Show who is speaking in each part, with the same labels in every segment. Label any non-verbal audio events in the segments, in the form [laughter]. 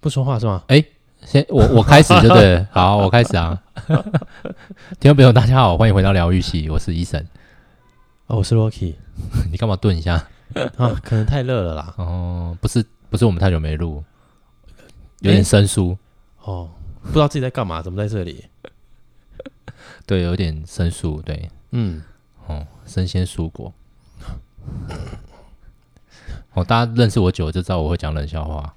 Speaker 1: 不说话是吗？
Speaker 2: 先我我开始就对了，好，我开始啊。听众朋友，大家好，欢迎回到疗愈系，我是医生。
Speaker 1: 哦，我是
Speaker 2: [laughs]
Speaker 1: Rocky
Speaker 2: 你干嘛顿一下？
Speaker 1: 啊，可能太热了啦。
Speaker 2: 哦，不是不是，我们太久没录，有点生疏，
Speaker 1: 哦，不知道自己在干嘛，怎么在这里？
Speaker 2: 对，有点生疏，对，
Speaker 1: 嗯，
Speaker 2: 哦，生鲜蔬果。哦，大家认识我久了就知道我会讲冷笑话。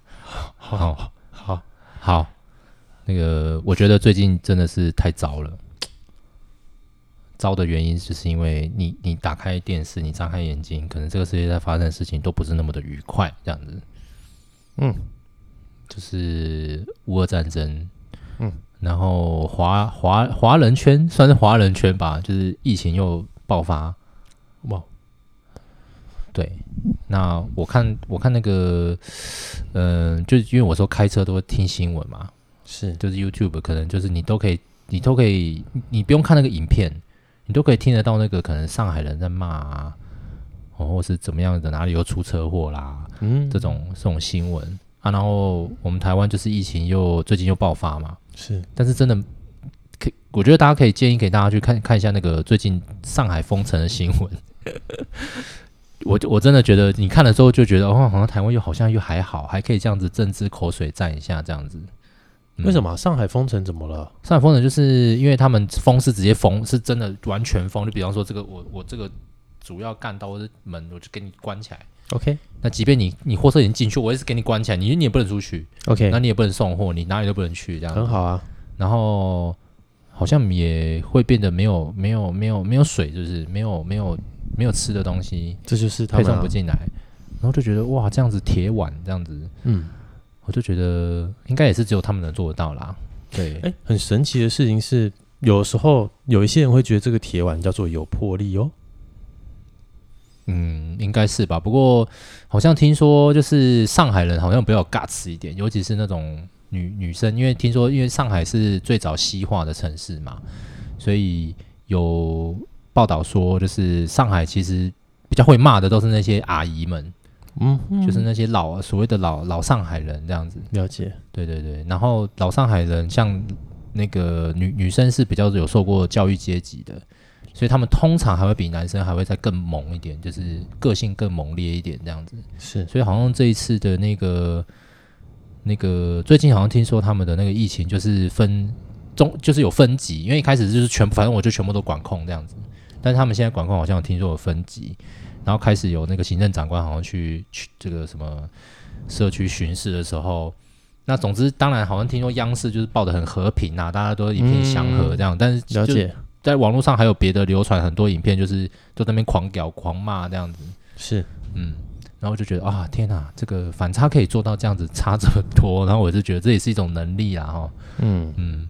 Speaker 2: 好、哦、
Speaker 1: 好，
Speaker 2: 好，那个我觉得最近真的是太糟了。糟的原因就是因为你，你打开电视，你张开眼睛，可能这个世界在发生的事情都不是那么的愉快，这样子。
Speaker 1: 嗯，
Speaker 2: 就是乌俄战争，嗯，然后华华华人圈算是华人圈吧，就是疫情又爆发，
Speaker 1: 哇，
Speaker 2: 对，那我看我看那个，嗯、就因为我说开车都会听新闻嘛，
Speaker 1: 是
Speaker 2: 就是 YouTube 可能就是你都可以，你都可以，你你不用看那个影片，你都可以听得到那个可能上海人在骂啊，哦，或是怎么样的，哪里又出车祸啦，
Speaker 1: 嗯
Speaker 2: 这种这种新闻啊。然后我们台湾就是疫情又最近又爆发嘛，
Speaker 1: 是
Speaker 2: 但是真的。可以我觉得大家可以建议给大家去看看一下那个最近上海封城的新闻， [laughs] 我我真的觉得你看的时候就觉得哦，好像台湾又好像又还好，还可以这样子政治口水战一下这样子。嗯
Speaker 1: 为什么啊上海封城怎么了？
Speaker 2: 上海封城就是因为他们封是直接封，是真的完全封。就比方说这个我我这个主要干道或者门，我就给你关起来。
Speaker 1: ？OK
Speaker 2: 那即便你你货车已经进去，我也是给你关起来，你你也不能出去，
Speaker 1: OK，
Speaker 2: 那你也不能送货，你哪里都不能去这样。
Speaker 1: 很好啊。
Speaker 2: 然后好像也会变得没有没有没有没有水，就是没有没有没有吃的东西
Speaker 1: 这就是他
Speaker 2: 配
Speaker 1: 们
Speaker 2: 送
Speaker 1: 啊
Speaker 2: 不进来，然后就觉得哇这样子铁碗这样子，
Speaker 1: 嗯，
Speaker 2: 我就觉得应该也是只有他们能做得到啦。对，
Speaker 1: 哎，很神奇的事情是，有时候有一些人会觉得这个铁碗叫做有魄力哦。
Speaker 2: 嗯，应该是吧。不过好像听说，就是上海人好像比较有 guts 一点，尤其是那种女女生，因为听说，因为上海是最早西化的城市嘛，所以有报道说，就是上海其实比较会骂的都是那些阿姨们，
Speaker 1: 嗯哼，
Speaker 2: 就是那些老所谓的老老上海人这样子。
Speaker 1: 了解。
Speaker 2: 对对对，然后老上海人像那个女女生是比较有受过教育阶级的，所以他们通常还会比男生还会再更猛一点，就是个性更猛烈一点这样子。
Speaker 1: 是
Speaker 2: 所以好像这一次的那个那个最近好像听说他们的那个疫情就是分中就是有分级，因为一开始就是全部反正我就全部都管控这样子，但是他们现在管控好像有听说有分级，然后开始有那个行政长官好像去去这个什么社区巡视的时候。那总之，当然好像听说央视就是报的很和平啊，大家都一片祥和这样，但是就
Speaker 1: 了解。
Speaker 2: 在网络上还有别的流传很多影片，就是都在那边狂屌、狂骂这样子。
Speaker 1: 是
Speaker 2: 嗯，然后就觉得啊，天哪，这个反差可以做到这样子差这么多，然后我就觉得这也是一种能力啊，哈，
Speaker 1: 嗯，
Speaker 2: 嗯，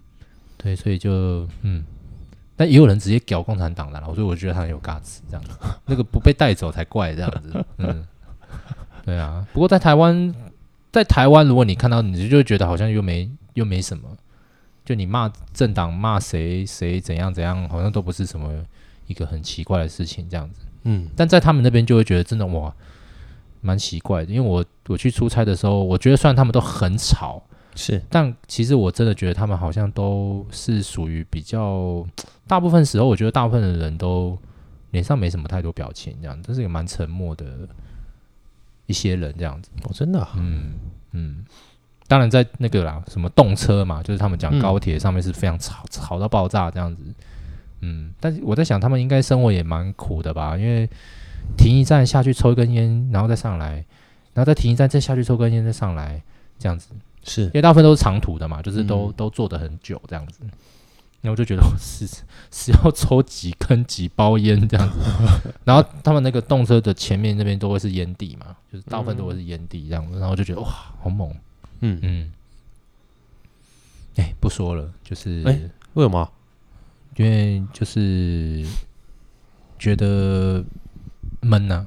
Speaker 2: 对，所以就嗯，但也有人直接屌共产党的啦，所以我觉得他很有 guts 这样子， [laughs] 那个不被带走才怪这样子，嗯，对啊，不过在台湾，在台湾如果你看到，你就会觉得好像又没又没什么，就你骂政党骂谁谁怎样怎样，好像都不是什么一个很奇怪的事情这样子。
Speaker 1: 嗯
Speaker 2: 但在他们那边就会觉得真的哇，蛮奇怪的。因为我我去出差的时候，我觉得虽然他们都很吵，
Speaker 1: 是
Speaker 2: 但其实我真的觉得他们好像都是属于比较，大部分时候我觉得大部分的人都脸上没什么太多表情，这样，但是也蛮沉默的一些人这样子。
Speaker 1: 哦，真的啊
Speaker 2: 嗯嗯，当然在那个啦，什么动车嘛，就是他们讲
Speaker 1: 嗯
Speaker 2: 高铁上面是非常吵，吵到爆炸这样子。嗯，但是我在想，他们应该生活也蛮苦的吧？因为停一站下去抽一根烟，然后再上来，然后再停一站再下去抽根烟再上来，这样子。
Speaker 1: 是
Speaker 2: 因为大部分都是长途的嘛，就是都、
Speaker 1: 嗯
Speaker 2: 都坐得很久这样子。然后我就觉得我是是要抽几根几包烟这样子，然后他们那个动车的前面那边都会是烟蒂嘛，就是大部分都会是烟蒂这样子，然后我就觉得哇，好猛，
Speaker 1: 嗯，
Speaker 2: 嗯，哎、不说了，就是、
Speaker 1: 哎为什么？
Speaker 2: 因为就是觉得闷呐、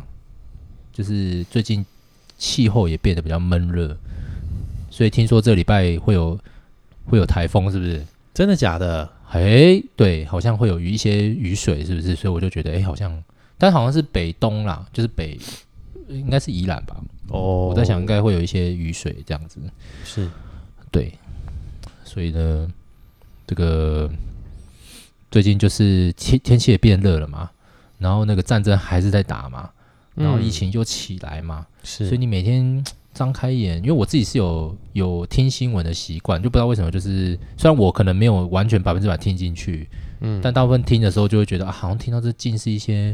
Speaker 2: 就是最近气候也变得比较闷热，所以听说这礼拜会有会有台风，是不是？
Speaker 1: 真的假的？
Speaker 2: 哎、对，好像会有一些雨水，是不是？所以我就觉得，哎、好像，但好像是北东啦，就是北，应该是宜兰吧。
Speaker 1: 哦，
Speaker 2: 我在想，应该会有一些雨水这样子。
Speaker 1: 是
Speaker 2: 对，所以呢，这个最近就是天天气也变热了嘛，然后那个战争还是在打嘛，然
Speaker 1: 嗯
Speaker 2: 后疫情又起来嘛，
Speaker 1: 是，
Speaker 2: 所以你每天张开眼，因为我自己是有有听新闻的习惯，就不知道为什么，就是虽然我可能没有完全百分之百听进去，
Speaker 1: 嗯
Speaker 2: 但大部分听的时候就会觉得啊，好像听到这尽是一些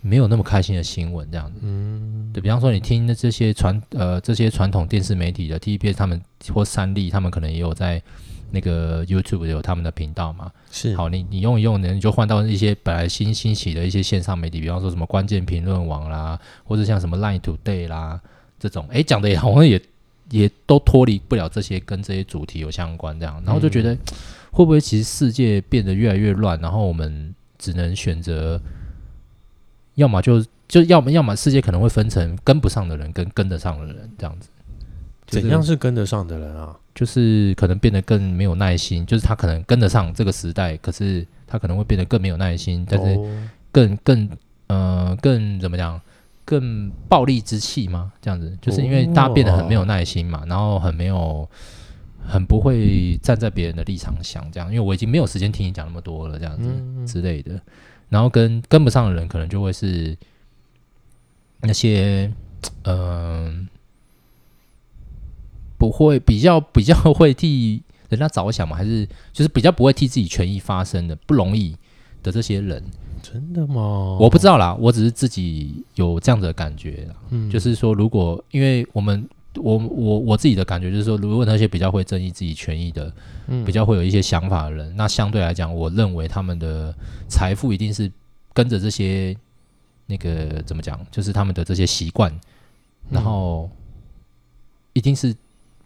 Speaker 2: 没有那么开心的新闻这样子。嗯，对比方说你听的这些传呃这些传统电视媒体的 TVBS 他们或三立他们可能也有在那个 YouTube 有他们的频道嘛，
Speaker 1: 是
Speaker 2: 好，你你用一用呢，你就换到一些本来新兴起的一些线上媒体，比方说什么关键评论网啦，或者像什么 Line Today 啦这种，诶，讲的也好像也也都脱离不了这些跟这些主题有相关这样，然后就
Speaker 1: 嗯
Speaker 2: 觉得、会不会其实世界变得越来越乱，然后我们只能选择，要么就就要么要么世界可能会分成跟不上的人跟跟得上的人这样子，就
Speaker 1: 怎
Speaker 2: 这个
Speaker 1: 样是跟得上的人啊？
Speaker 2: 就是可能变得更没有耐心，就是他可能跟得上这个时代，可是他可能会变得更没有耐心，但是
Speaker 1: 哦
Speaker 2: 更更呃更怎么讲，更暴力之气吗？这样子，就是因为大家变得很没有耐心嘛，然后很没有很不会站在别人的立场想这样，因为我已经没有时间听你讲那么多了，这样子、
Speaker 1: 嗯
Speaker 2: 之类的，然后跟跟不上的人可能就会是那些嗯。呃不会比较比较会替人家着想吗？还是就是比较不会替自己权益发声的，不容易的这些人，
Speaker 1: 真的吗？
Speaker 2: 我不知道啦，我只是自己有这样子的感觉啦，
Speaker 1: 嗯
Speaker 2: 就是说，如果因为我们我我我自己的感觉就是说，如果那些比较会争议自己权益的，
Speaker 1: 嗯
Speaker 2: 比较会有一些想法的人，那相对来讲，我认为他们的财富一定是跟着这些那个怎么讲，就是他们的这些习惯，
Speaker 1: 嗯
Speaker 2: 然后一定是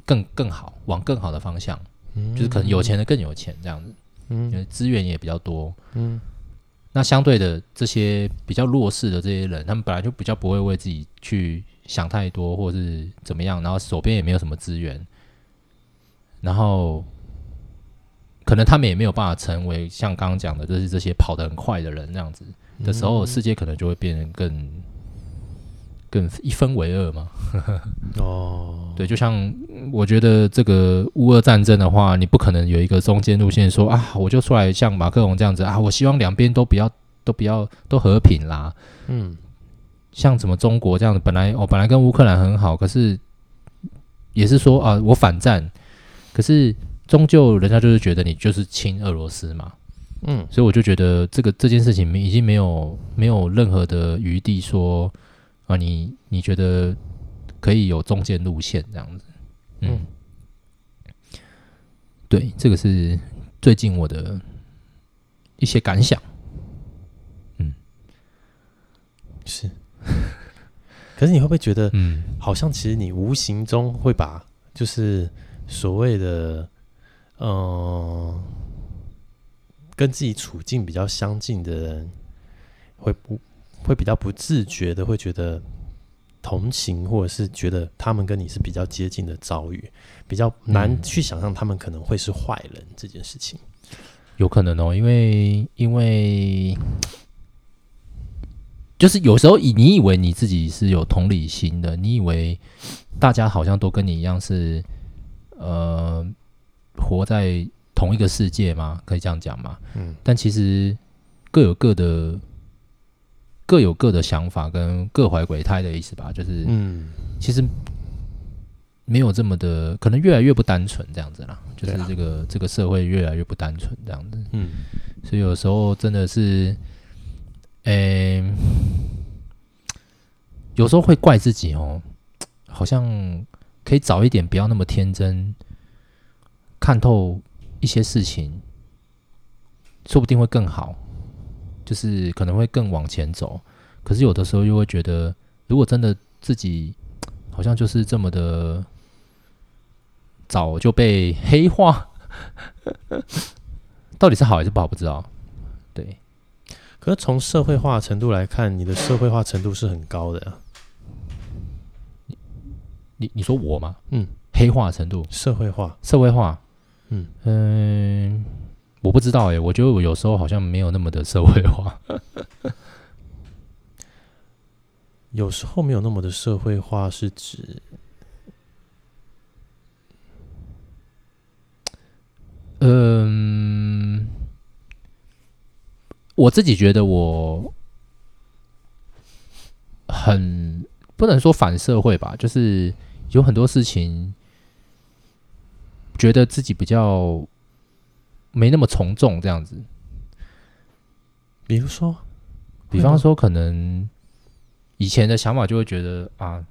Speaker 2: 更更好，往更好的方向，嗯就是可能有钱的更有钱这样子，因为资源也比较多，
Speaker 1: 嗯
Speaker 2: 那相对的，这些比较弱势的这些人，他们本来就比较不会为自己去想太多，或是怎么样，然后手边也没有什么资源，然后可能他们也没有办法成为像刚刚讲的，就是这些跑得很快的人那样子的时候，世界可能就会变得更更一分为二嘛。
Speaker 1: 哦，
Speaker 2: 对，就像嗯我觉得这个乌俄战争的话，你不可能有一个中间路线说啊，我就出来像马克龙这样子啊，我希望两边都不要都不要都和平啦。
Speaker 1: 嗯
Speaker 2: 像什么中国这样子，本来哦本来跟乌克兰很好，可是也是说啊，我反战，可是终究人家就是觉得你就是亲俄罗斯嘛，
Speaker 1: 嗯
Speaker 2: 所以我就觉得这个这件事情已经没有没有任何的余地说啊，你你觉得可以有中间路线这样子，嗯，
Speaker 1: 嗯
Speaker 2: 对，这个是最近我的一些感想，
Speaker 1: 是。 [laughs] 可是你会不会觉得，
Speaker 2: 嗯，
Speaker 1: 好像其实你无形中会把就是所谓的，嗯、跟自己处境比较相近的人，会不会比较不自觉的会觉得同情，或者是觉得他们跟你是比较接近的遭遇，比较难
Speaker 2: 嗯
Speaker 1: 去想象他们可能会是坏人这件事情。
Speaker 2: 有可能哦，因为因为就是有时候以你以为你自己是有同理心的，你以为大家好像都跟你一样是呃活在同一个世界吗？可以这样讲吗？
Speaker 1: 嗯，
Speaker 2: 但其实各有各的各有各的想法跟各怀鬼胎的意思吧，就是
Speaker 1: 嗯，
Speaker 2: 其实没有这么的，可能越来越不单纯这样子啦，就是
Speaker 1: 对啦啊
Speaker 2: 这个、这个社会越来越不单纯这样子。
Speaker 1: 嗯，
Speaker 2: 所以有时候真的是，诶、有时候会怪自己哦，好像可以早一点，不要那么天真，看透一些事情，说不定会更好，就是可能会更往前走。可是有的时候又会觉得，如果真的自己好像就是这么的早就被黑化，到底是好还是不好不知道。对，
Speaker 1: 可是从社会化程度来看，你的社会化程度是很高的、啊，
Speaker 2: 你你说我吗？
Speaker 1: 嗯，
Speaker 2: 黑化程度，
Speaker 1: 社会化，
Speaker 2: 社会化，
Speaker 1: 嗯
Speaker 2: 嗯、我不知道哎、我觉得我有时候好像没有那么的社会化， [laughs]
Speaker 1: 有时候没有那么的社会化，是指
Speaker 2: 嗯我自己觉得我很不能说反社会吧，就是有很多事情觉得自己比较没那么从众这样子。
Speaker 1: 比如说，
Speaker 2: 比方说，可能以前的想法就会觉得啊，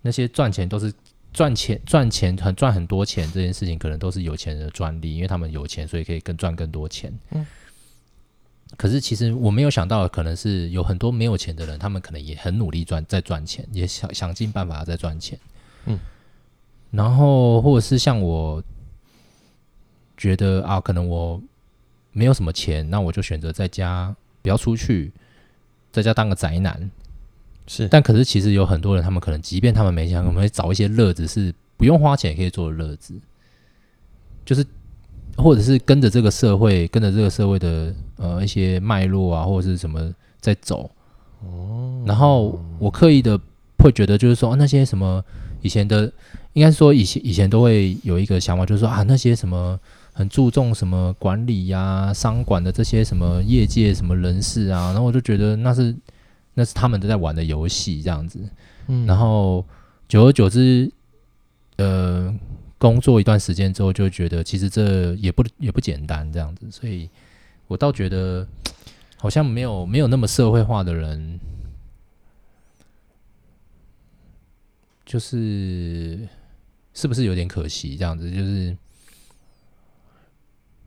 Speaker 2: 那些赚钱都是赚钱赚钱很赚很多钱这件事情，可能都是有钱人的专利，因为他们有钱，所以可以更赚更多钱。
Speaker 1: 嗯。
Speaker 2: 可是其实我没有想到，的，可能是有很多没有钱的人，他们可能也很努力赚，在赚钱，也想想尽办法在赚钱。
Speaker 1: 嗯。
Speaker 2: 然后，或者是像我觉得啊，可能我没有什么钱，那我就选择在家不要出去，在家当个宅男。
Speaker 1: 是
Speaker 2: 但可是其实有很多人，他们可能即便他们没钱，我们会找一些乐子是不用花钱也可以做的乐子，就是或者是跟着这个社会，跟着这个社会的呃一些脉络啊，或者是什么在走。哦。然后我刻意的会觉得，就是说、啊那些什么以前的，应该说以前以前都会有一个想法，就是说啊那些什么。很注重什么管理呀、商管的这些什么业界什么人士啊，然后我就觉得那是那是他们都在玩的游戏这样子。
Speaker 1: 嗯
Speaker 2: 然后久而久之，呃，工作一段时间之后，就会觉得其实这也不也不简单这样子，所以我倒觉得好像没有没有那么社会化的人，就是是不是有点可惜这样子？就是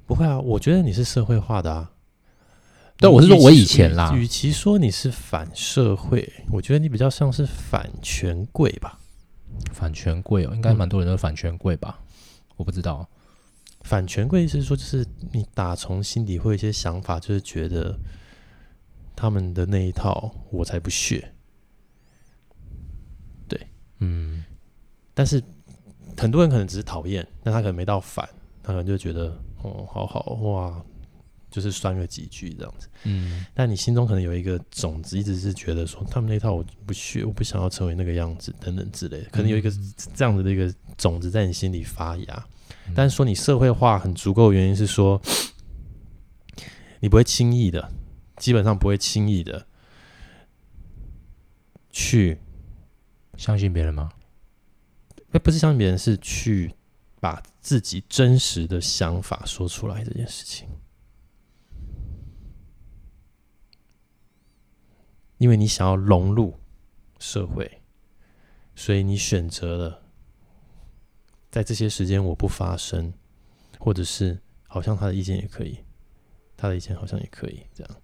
Speaker 1: 不会啊，我觉得你是社会化的啊。
Speaker 2: 但
Speaker 1: 你
Speaker 2: 我是说
Speaker 1: 与
Speaker 2: 我
Speaker 1: 其
Speaker 2: 以前啦
Speaker 1: 与其说你是反社会，我觉得你比较像是反权贵吧。
Speaker 2: 反权贵哦，应该蛮多人都是反权贵吧？我不知道，
Speaker 1: 反权贵是说，就是你打从心底会有一些想法，就是觉得他们的那一套我才不屑。
Speaker 2: 嗯，
Speaker 1: 但是很多人可能只是讨厌，但他可能没到反，他可能就觉得哦，好好哇，就是酸个几句这样子。
Speaker 2: 嗯，
Speaker 1: 但你心中可能有一个种子，一直是觉得说他们那套我不屑，我不想要成为那个样子等等之类的，可能有一个这样子的一个种子在你心里发芽。
Speaker 2: 嗯
Speaker 1: 但是说你社会化很足够的原因是说， [sniffs] 你不会轻易的，基本上不会轻易的去，
Speaker 2: 相信别人吗？
Speaker 1: 呃不是相信别人，是去把自己真实的想法说出来这件事情。因为你想要融入社会，所以你选择了在这些时间我不发声，或者是好像他的意见也可以，他的意见好像也可以这样。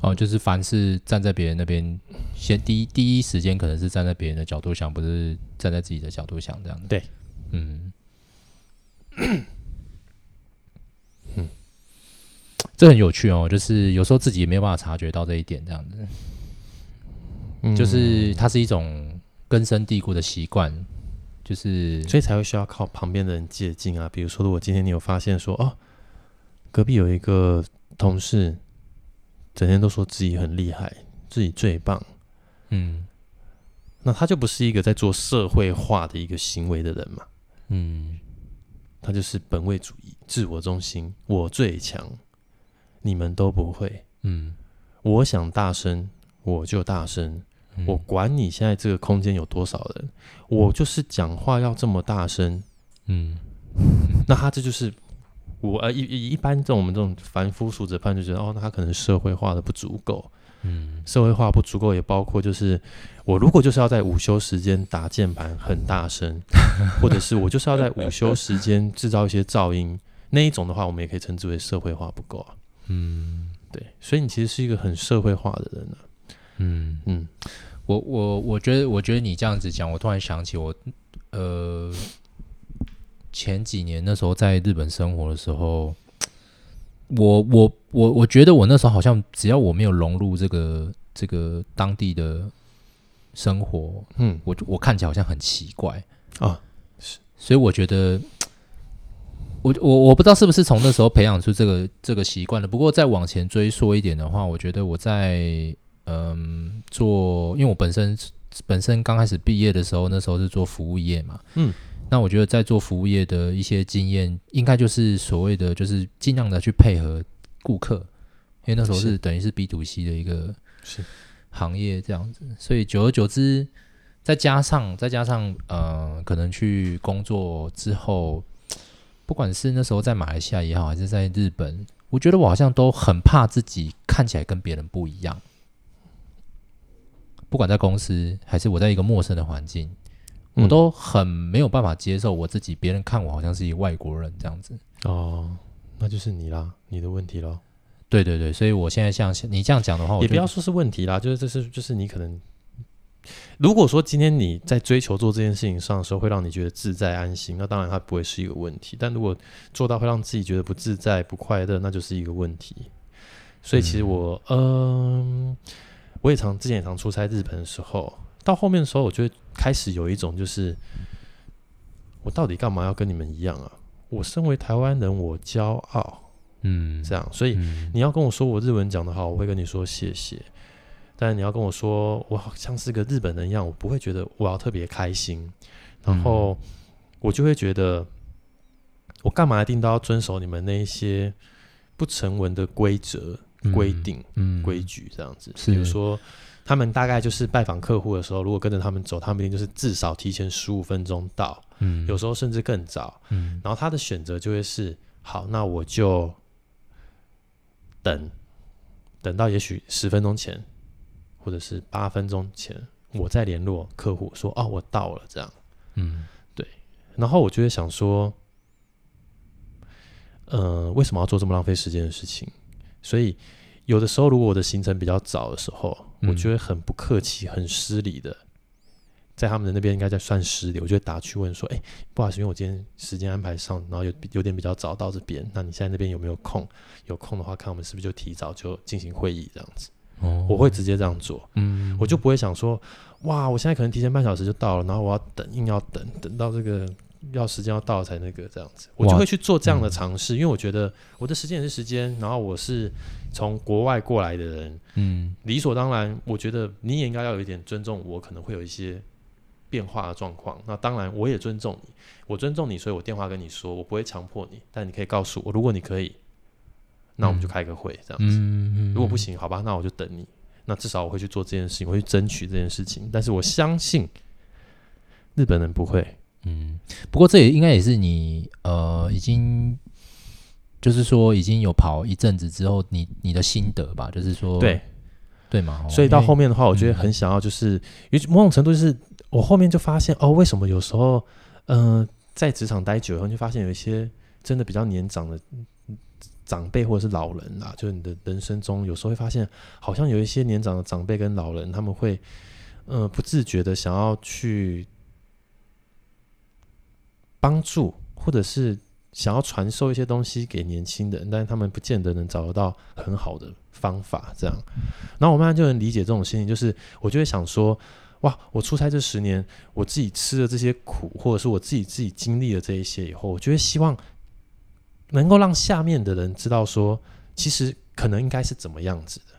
Speaker 2: 哦，就是凡是站在别人那边，先第一第一时间可能是站在别人的角度想，不是站在自己的角度想这样的。
Speaker 1: 对，
Speaker 2: 嗯，嗯这很有趣哦，就是有时候自己也没有办法察觉到这一点，这样子，
Speaker 1: 嗯
Speaker 2: 就是它是一种根深蒂固的习惯，就是
Speaker 1: 所以才会需要靠旁边的人借镜啊。比如说，如果今天你有发现说，哦，隔壁有一个同事，整天都说自己很厉害，自己最棒，
Speaker 2: 嗯
Speaker 1: 那他就不是一个在做社会化的一个行为的人嘛，
Speaker 2: 嗯
Speaker 1: 他就是本位主义、自我中心，我最强，你们都不会，
Speaker 2: 嗯，
Speaker 1: 我想大声我就大声，
Speaker 2: 嗯
Speaker 1: 我管你现在这个空间有多少人，我就是讲话要这么大声，
Speaker 2: 嗯
Speaker 1: 那他这就是我呃一一一般这种我们这种凡夫俗子判就觉得哦，那他可能社会化的不足够，
Speaker 2: 嗯
Speaker 1: 社会化不足够也包括就是我如果就是要在午休时间打键盘很大
Speaker 2: [laughs]
Speaker 1: 声，或者是我就是要在午休时间制造一些噪音那一种的话，我们也可以称之为社会化不够啊。
Speaker 2: 嗯
Speaker 1: 对，所以你其实是一个很社会化的人啊。
Speaker 2: 嗯。
Speaker 1: 嗯，
Speaker 2: 我我我觉得，我觉得你这样子讲，我突然想起我，呃，前几年那时候在日本生活的时候，我我我我觉得我那时候好像，只要我没有融入这个这个当地的生活，
Speaker 1: 嗯
Speaker 2: 我就我看起来好像很奇怪
Speaker 1: 啊，
Speaker 2: 所以我觉得，我我我不知道是不是从那时候培养出这个这个习惯了。不过再往前追溯一点的话，我觉得我在嗯做，因为我本身本身刚开始毕业的时候，那时候是做服务业嘛，
Speaker 1: 嗯，
Speaker 2: 那我觉得在做服务业的一些经验，应该就是所谓的就是尽量的去配合顾客，因为那时候
Speaker 1: 是
Speaker 2: 是等于是 B to C 的一个
Speaker 1: 是
Speaker 2: 行业这样子，所以久而久之，再加上再加上呃，可能去工作之后，不管是那时候在马来西亚也好，还是在日本，我觉得我好像都很怕自己看起来跟别人不一样，不管在公司还是我在一个陌生的环境，我
Speaker 1: 嗯
Speaker 2: 都很没有办法接受我自己，别人看我好像是一个外国人这样子。
Speaker 1: 哦，那就是你啦，你的问题咯。
Speaker 2: 对对对，所以我现在像你这样讲的话，我
Speaker 1: 也
Speaker 2: 就
Speaker 1: 不要说是问题啦，就是这是就是你可能，如果说今天你在追求做这件事情上的时候，会让你觉得自在安心，那当然它不会是一个问题。但如果做到会让自己觉得不自在、不快乐，那就是一个问题。所以其实我，嗯、我也常之前也常出差日本的时候，到后面的时候，我就会开始有一种就是，我到底干嘛要跟你们一样啊？我身为台湾人，我骄傲，
Speaker 2: 嗯
Speaker 1: 这样，所以
Speaker 2: 嗯
Speaker 1: 你要跟我说我日文讲得好，我会跟你说谢谢。但你要跟我说我好像是个日本人一样，我不会觉得我要特别开心，然后我就会觉得我干嘛一定都要遵守你们那一些不成文的规则、规定、
Speaker 2: 嗯
Speaker 1: 规矩这样子。
Speaker 2: 是
Speaker 1: 比如说，他们大概就是拜访客户的时候，如果跟着他们走，他们一定就是至少提前十五分钟到，
Speaker 2: 嗯
Speaker 1: 有时候甚至更早。
Speaker 2: 嗯
Speaker 1: 然后他的选择就会是，好，那我就等，等到也许十分钟前，或者是八分钟前，我再联络客户说，哦，我到了这样。
Speaker 2: 嗯
Speaker 1: 然后我就会想说，呃，为什么要做这么浪费时间的事情？所以有的时候，如果我的行程比较早的时候，我
Speaker 2: 嗯
Speaker 1: 就会很不客气、很失礼的，在他们的那边应该在算失礼，我就会打去问说，哎、不好意思，因为我今天时间安排上，然后有有点比较早到这边，那你现在那边有没有空？有空的话，看我们是不是就提早就进行会议这样子。
Speaker 2: 哦
Speaker 1: 我会直接这样做。
Speaker 2: 嗯
Speaker 1: 我就不会想说，哇，我现在可能提前半小时就到了，然后我要等，硬要等，等到这个要时间要到了才那个这样子，我就
Speaker 2: 哇
Speaker 1: 会去做这样的尝试，因为我觉得我的时间也是时间，然后我是从国外过来的人，
Speaker 2: 嗯
Speaker 1: 理所当然，我觉得你也应该要有一点尊重我，可能会有一些。变化的状况，那当然我也尊重你，我尊重你，所以我电话跟你说，我不会强迫你，但你可以告诉我，如果你可以，那我们就开个会，这样子。
Speaker 2: 嗯，
Speaker 1: 如果不行，好吧，那我就等你。那至少我会去做这件事情，我会去争取这件事情。但是我相信日本人不会。
Speaker 2: 嗯，不过这也应该也是你呃已经。就是说，已经有跑一阵子之后，你你的心得吧，就是说，
Speaker 1: 对，
Speaker 2: 对嘛，哦
Speaker 1: 所以到
Speaker 2: 因为嗯
Speaker 1: 后面的话，我觉得很想要，就是有某种程度，就是我后面就发现哦，为什么有时候，嗯、在职场待久以后，你就发现有一些真的比较年长的嗯长辈或者是老人啊，就是你的人生中，有时候会发现，好像有一些年长的长辈跟老人，他们会，呃，不自觉的想要去帮助，或者是想要传授一些东西给年轻人，但是他们不见得能找得到很好的方法，这样。然后我慢慢就能理解这种心情，就是我就会想说，哇，我出差这十年，我自己吃了这些苦，或者是我自己自己经历了这一些以后，我就会希望能够让下面的人知道说，其实可能应该是怎么样子的。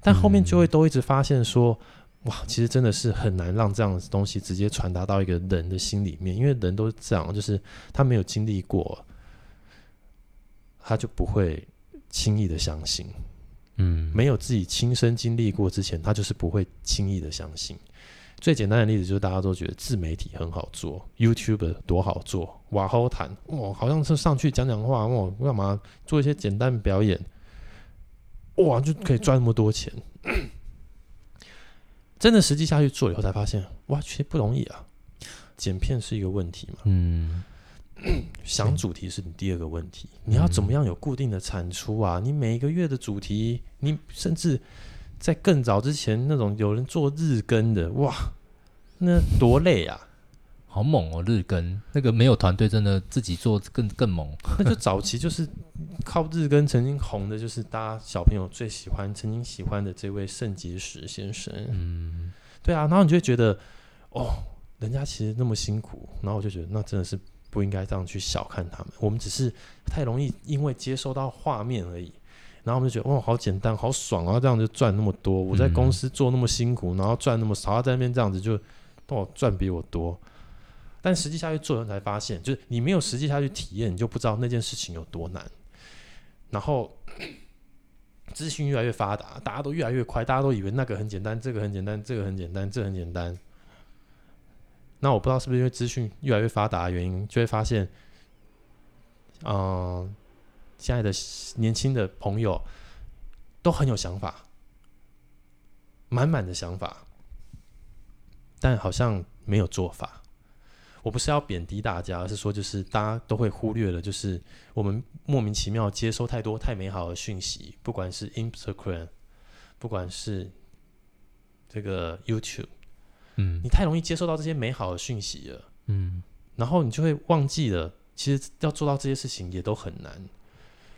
Speaker 1: 但后面就会都一直发现说，哇，其实真的是很难让这样的东西直接传达到一个人的心里面，因为人都是这样，就是他没有经历过，他就不会轻易的相信。
Speaker 2: 嗯
Speaker 1: 没有自己亲身经历过之前，他就是不会轻易的相信。最简单的例子就是大家都觉得自媒体很好做，YouTube 多好做，哇吼谈，哇，好像是上去讲讲话，哇，干嘛做一些简单的表演，哇，就可以赚那么多钱。真的实际下去做以后才发现，哇，其实不容易啊。剪片是一个问题嘛，
Speaker 2: 嗯
Speaker 1: 想主题是你第二个问题，你要怎么样有固定的产出啊？你每一个月的主题，你甚至在更早之前那种有人做日更的，哇，那多累啊！
Speaker 2: 好猛哦，日更那个没有团队，真的自己做更更猛。
Speaker 1: 那就早期就是靠日更曾经红的，就是大家小朋友最喜欢、曾经喜欢的这位圣结石先生。
Speaker 2: 嗯，
Speaker 1: 对啊，然后你就会觉得，哦，人家其实那么辛苦，然后我就觉得那真的是不应该这样去小看他们，我们只是太容易因为接收到画面而已，然后我们就觉得哇，好简单，好爽啊，这样就赚那么多，我在公司做那么辛苦，然后赚那么少，他在那边这样子就哦赚比我多。但实际下去做人才发现，就是你没有实际下去体验，你就不知道那件事情有多难。然后资讯越来越发达，大家都越来越快，大家都以为那个很简单，这个很简单，这个很简单，这个很简单。那我不知道是不是因为资讯越来越发达的原因，就会发现，嗯、现在的年轻的朋友都很有想法，满满的想法，但好像没有做法。我不是要贬低大家，而是说就是大家都会忽略了，就是我们莫名其妙接收太多太美好的讯息，不管是 Instagram，不管是这个 YouTube，
Speaker 2: 嗯
Speaker 1: 你太容易接收到这些美好的讯息了，
Speaker 2: 嗯，
Speaker 1: 然后你就会忘记了，其实要做到这些事情也都很难。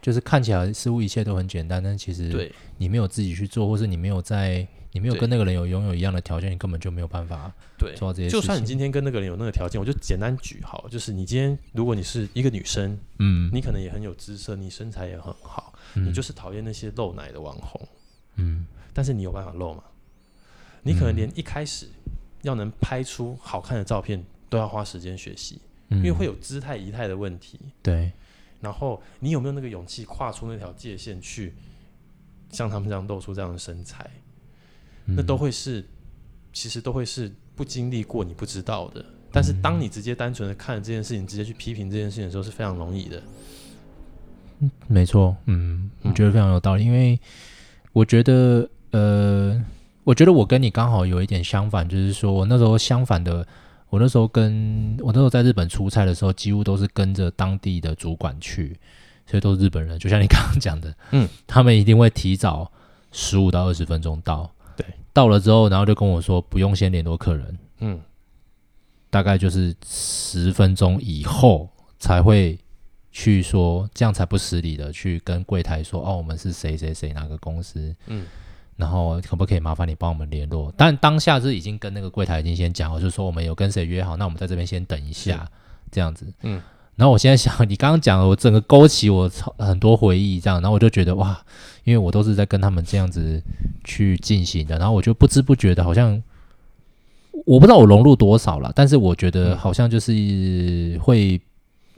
Speaker 2: 就是看起来似乎一切都很简单，但其实
Speaker 1: 对，
Speaker 2: 你没有自己去做，或是你没有在你没有
Speaker 1: 对
Speaker 2: 跟那个人有拥有一样的条件，你根本就没有办法
Speaker 1: 对，
Speaker 2: 做到这些事情。
Speaker 1: 就算你今天跟那个人有那个条件，我就简单举好，就是你今天如果你是一个女生，
Speaker 2: 嗯，
Speaker 1: 你可能也很有姿色，你身材也很好，
Speaker 2: 嗯
Speaker 1: 你就是讨厌那些露奶的网红。
Speaker 2: 嗯
Speaker 1: 但是你有办法露吗？你可能连一开始要能拍出好看的照片都要花时间学习，
Speaker 2: 嗯，
Speaker 1: 因为会有姿态仪态的问题。
Speaker 2: 对
Speaker 1: 然后你有没有那个勇气跨出那条界限去，像他们这样露出这样的身材？
Speaker 2: 嗯
Speaker 1: 那都会是，其实都会是不经历过你不知道的。但是当你直接单纯的看了这件事情，直接去批评这件事情的时候，是非常容易的。
Speaker 2: 没错，嗯，我
Speaker 1: 嗯
Speaker 2: 觉得非常有道理，因为我觉得，呃，我觉得我跟你刚好有一点相反，就是说我那时候相反的，我那时候跟我那时候在日本出差的时候，几乎都是跟着当地的主管去，所以都是日本人，就像你刚刚讲的，
Speaker 1: 嗯，
Speaker 2: 他们一定会提早十五到二十分钟到，
Speaker 1: 对，
Speaker 2: 到了之后，然后就跟我说不用先联络客人，
Speaker 1: 嗯，
Speaker 2: 大概就是十分钟以后才会去说，这样才不失礼的去跟柜台说，哦，我们是谁谁谁哪个公司，
Speaker 1: 嗯，
Speaker 2: 然后可不可以麻烦你帮我们联络？但当下是已经跟那个柜台已经先讲好，就是说我们有跟谁约好，那我们在这边先等一下，这样子，
Speaker 1: 嗯。
Speaker 2: 然后我现在想，你刚刚讲的，我整个勾起我超很多回忆，这样，然后我就觉得哇，因为我都是在跟他们这样子去进行的，然后我就不知不觉的，好像我不知道我融入多少了，但是我觉得
Speaker 1: 嗯
Speaker 2: 好像就是会，因